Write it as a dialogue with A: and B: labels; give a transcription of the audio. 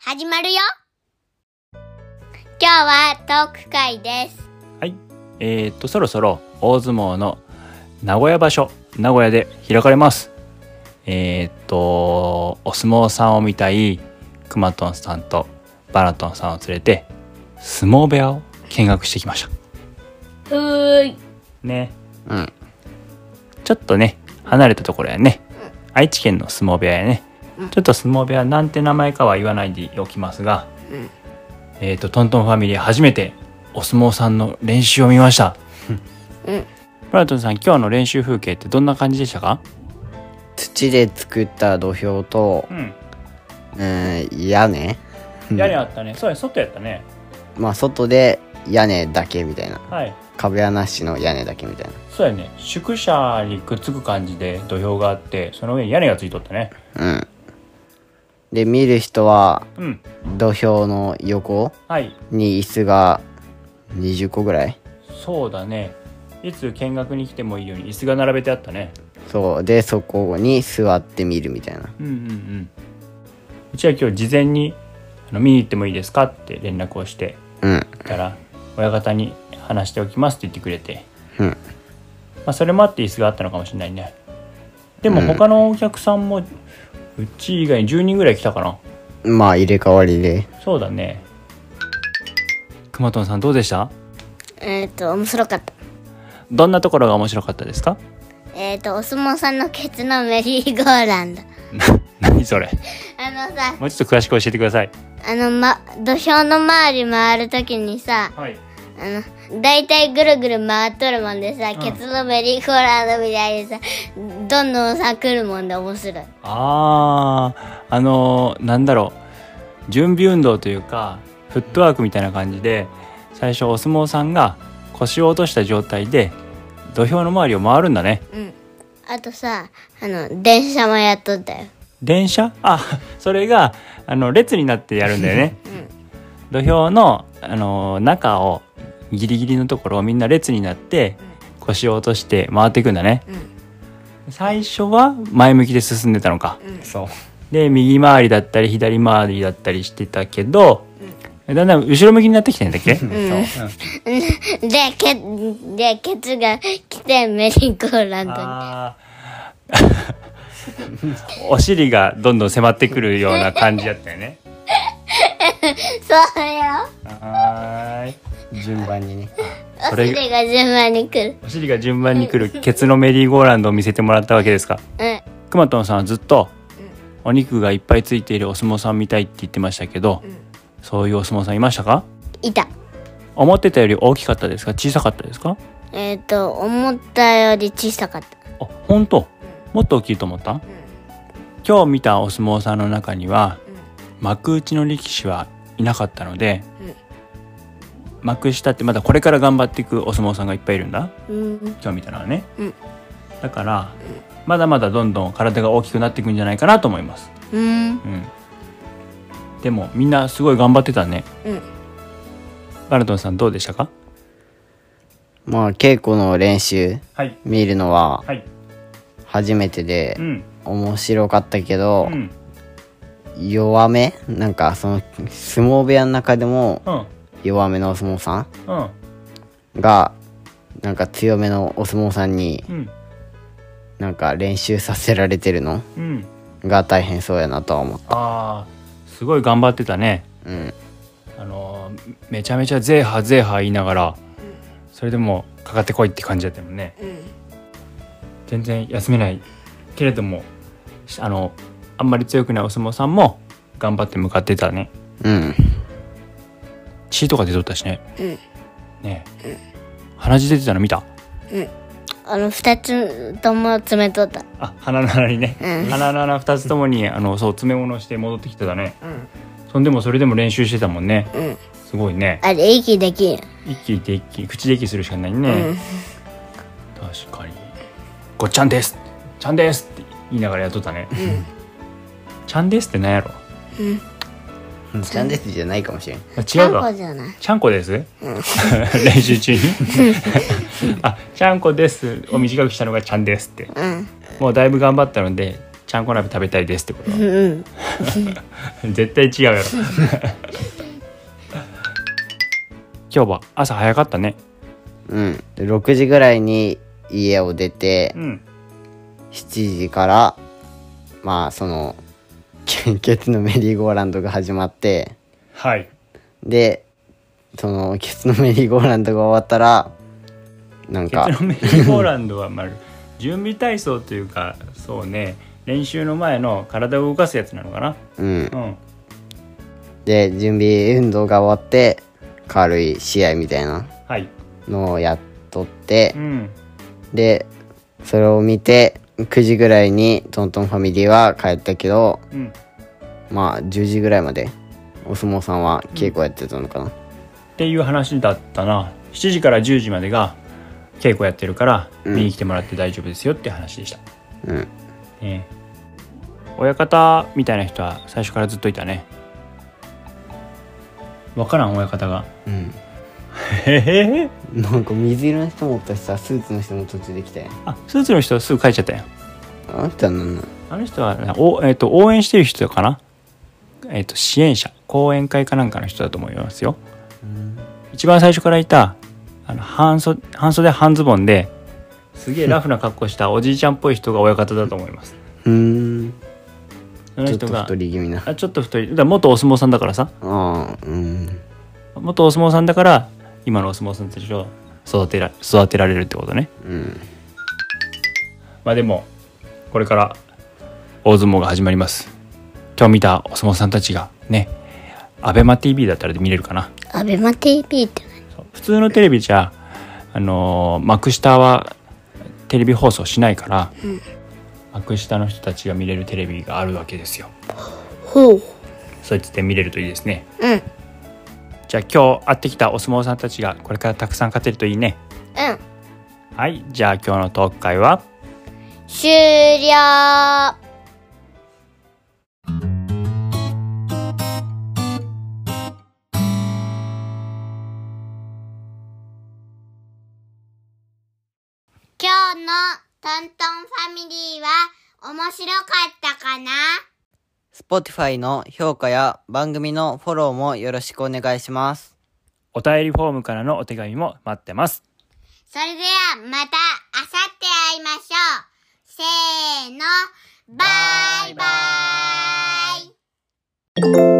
A: 始まるよ今日はトーク会です
B: はい。えー、っと、そろそろ大相撲の名古屋場所、名古屋で開かれます。えー、っと、お相撲さんを見たいくまとんさんとバラトンさんを連れて、相撲部屋を見学してきました。
A: はい
B: ね。
C: うん。
B: ちょっとね、離れたところやね。愛知県の相撲部屋やね。ちょっと相撲部屋なんて名前かは言わないでおきますが、えー、っと、トントンファミリー初めてお相撲さんの練習を見ました。
C: うん。
B: プラトンさん今日の練習風景ってどんな感じでしたか
C: 土で作った土俵と、
B: うん
C: うん、屋根
B: 屋根あったね、そうや外やったね
C: まあ、外で屋根だけみたいな。
B: はい
C: 壁はなしの屋根だけみたい
B: そうやね宿舎にくっつく感じで土俵があってその上に屋根がついとったね
C: な。うん。で、見る人は、
B: うん
C: 土俵の横
B: はい
C: に椅子が20個ぐらい
B: そうだねいつ見学に来てもいいように椅子が並べてあったね
C: そう。で、そこに座って見るみたいな。
B: うんうんうんうちは今日事前にあの見に行ってもいいですかって連絡をして
C: うん。
B: 行ったら親方に話しておきますって言ってくれて
C: うん。
B: まあ、それもあって椅子があったのかもしれないねでも
C: うん
B: 他のお客さんもうち以外に10人ぐらい来たかな
C: まあ、入れ替わりで。
B: そうだねくまとんさんどうでした
A: えっ、と面白かった
B: どんなところが面白かったですか
A: えっ、とお相撲さんのケツのメリーゴーランド
B: 何それ
A: あのさ
B: もうちょっと詳しく教えてください
A: あの、ま、土俵の周り回るときにさ
B: はい
A: あのだいたいぐるぐる回っとるもんでさ、
B: ん
A: ケツのメリーゴーランドみたいにさどんどんさ来るもんで面白い
B: あーあのーなんだろう準備運動というかフットワークみたいな感じで最初お相撲さんが腰を落とした状態で土俵の周りを回るんだね
A: うんあとさあの電車もやっとったよ
B: 電車あそれがあの列になってやるんだよね、土俵の、あの中をギリギリのところをみんな列になって腰を落として回っていくんだね、最初は前向きで進んでたのか、
C: そう。
B: で右回りだったり左回りだったりしてたけど、だんだん後ろ向きになってきてんだっけ
A: で、ケで、ケツが来てメリーゴーランドに。
B: あー お尻がどんどん迫ってくるような感じだったよね
A: そうよ。
B: はーい
C: 順番にね。
B: そ
A: お
B: れ
A: 尻が順番に来る。
B: お尻が順番に来るケツのメリーゴーランドを見せてもらったわけですか
A: うん。
B: くまとんさんはずっとお肉がいっぱいついているお相撲さん見たいって言ってましたけど、そういうお相撲さんいましたか
A: いた。
B: 思ってたより大きかったですか小さかったですか
A: えっ、と、思ったより小さかった。
B: あ本当もっと大きいと思った、今日見たお相撲さんの中には、幕内の力士はいなかったので、幕下ってまだこれから頑張っていくお相撲さんがいっぱいいるんだ
A: うん。
B: 今日見たのはね、
A: うん
B: だからまだまだどんどん体が大きくなっていくんじゃないかなと思います
A: うん。
B: うんでもみんなすごい頑張ってたね
A: うん。
B: バルトンさんどうでしたか
C: まあ、稽古の練習
B: はい
C: 見るのは
B: はい
C: 初めてで
B: う、ん
C: 面白かったけど、
B: うん
C: 弱めなんかその相撲部屋の中でも
B: うん
C: 弱めのお相撲さ
B: うん
C: んがなんか強めのお相撲さんに
B: うん
C: なんか練習させられてるの
B: うん
C: が大変そうやなとは思っ
B: あーすごい頑張ってたね
C: たうん
B: あのーめちゃめちゃゼーハーゼーハー言いながらそれでもかかってこいって感じだったもんね
A: うん。
B: 全然休めないけれどもしあのあんまり強くないお相撲さんも頑張って向かってたね
C: うん
B: 血とか出とったしね
A: うん
B: ねえ、鼻血出てたの見た
A: あの、二つとも詰めとった。
B: あ鼻の穴にね、
A: うん
B: 鼻の穴2つともにあのそう詰め物をして戻ってきてたね、そんでもそれでも練習してたもんね、
A: ん
B: すごいね
A: あれ、息できん。
B: 一気いて一気口で息するしかないね、確かに「ごっちゃんです」「ちゃんです」って言いながらやっとったね、ちゃんですってなんやろ
C: ちゃんですじゃないかもしれん
B: あ
A: ちゃ
B: 違
A: ん
B: う
A: こ
B: か
A: じゃない。
B: ちゃんこです、 練習 中にあちゃんこですを短くしたのがちゃんですって
A: うん。
B: もうだいぶ頑張ったのでちゃんこ鍋食べたいですってこと
A: うん。
B: 絶対違 うやろ今日は朝早かったね
C: うんで6時ぐらいに家を出て
B: うん
C: 7時からまあその 献血のメリーゴーランドが始まって
B: はい
C: でそのケツのメリーゴーランドが終わったらなん
B: ケツ
C: か
B: のメリーゴーランドは、まあ、準備体操というかそうね練習の前の体を動かすやつなのかな
C: うん
B: うん
C: で準備運動が終わって軽い試合みたいな
B: はい
C: のをやっとって
B: うん
C: でそれを見て9時ぐらいにトントンファミリーは帰ったけど
B: うん
C: まあ10時ぐらいまでお相撲さんは稽古やってたのかな、
B: っていう話だったな7時から10時までが稽古やってるから
C: うん
B: 見に来てもらって大丈夫ですよって話でした、
C: うん
B: ええ親方みたいな人は最初からずっといたねわからん親方が
C: うん
B: へへへ
C: なんか水色の人もおったしさスーツの人も途中で来たやん
B: あスーツの人はすぐ帰っちゃったよ
C: あなたなんなん
B: あの人はお、えっと応援してる人かな、えっと支援者講演会かなんかの人だと思いますよ、一番最初からいたあの半袖半袖半ズボンですげえラフな格好したおじいちゃんっぽい人が親方だと思います
C: うーん
B: その
C: ちょっ
B: 人
C: と
B: が
C: 太り気味なあ
B: あちょっと太いだから元お相撲さんだからさ
C: あーうん
B: 元お相撲さんだから今のお相撲さんたちを育てら育てられるってことね
C: うん
B: まあでもこれから大相撲が始まります今日見たお相撲さんたちがねアベマ t v だったらで見れるかな
A: アベマ TV って
B: そう普通のテレビじゃあのー幕下はテレビ放送しないから、幕下の人たちが見れるテレビがあるわけですよ
A: ほう
B: そうやって見れるといいですね
A: うんうん
B: じゃあ今日会ってきたお相撲さんたちがこれからたくさん勝てるといいねはいじゃあ今日のトーク会は
A: 終了今日のトントンファミリーは面白かったかな
C: Spotify の評価や番組のフォローもよろしくお願いします
B: お便りフォームからのお手紙も待ってます
A: それではまたあさって会いましょうせーのバイバイ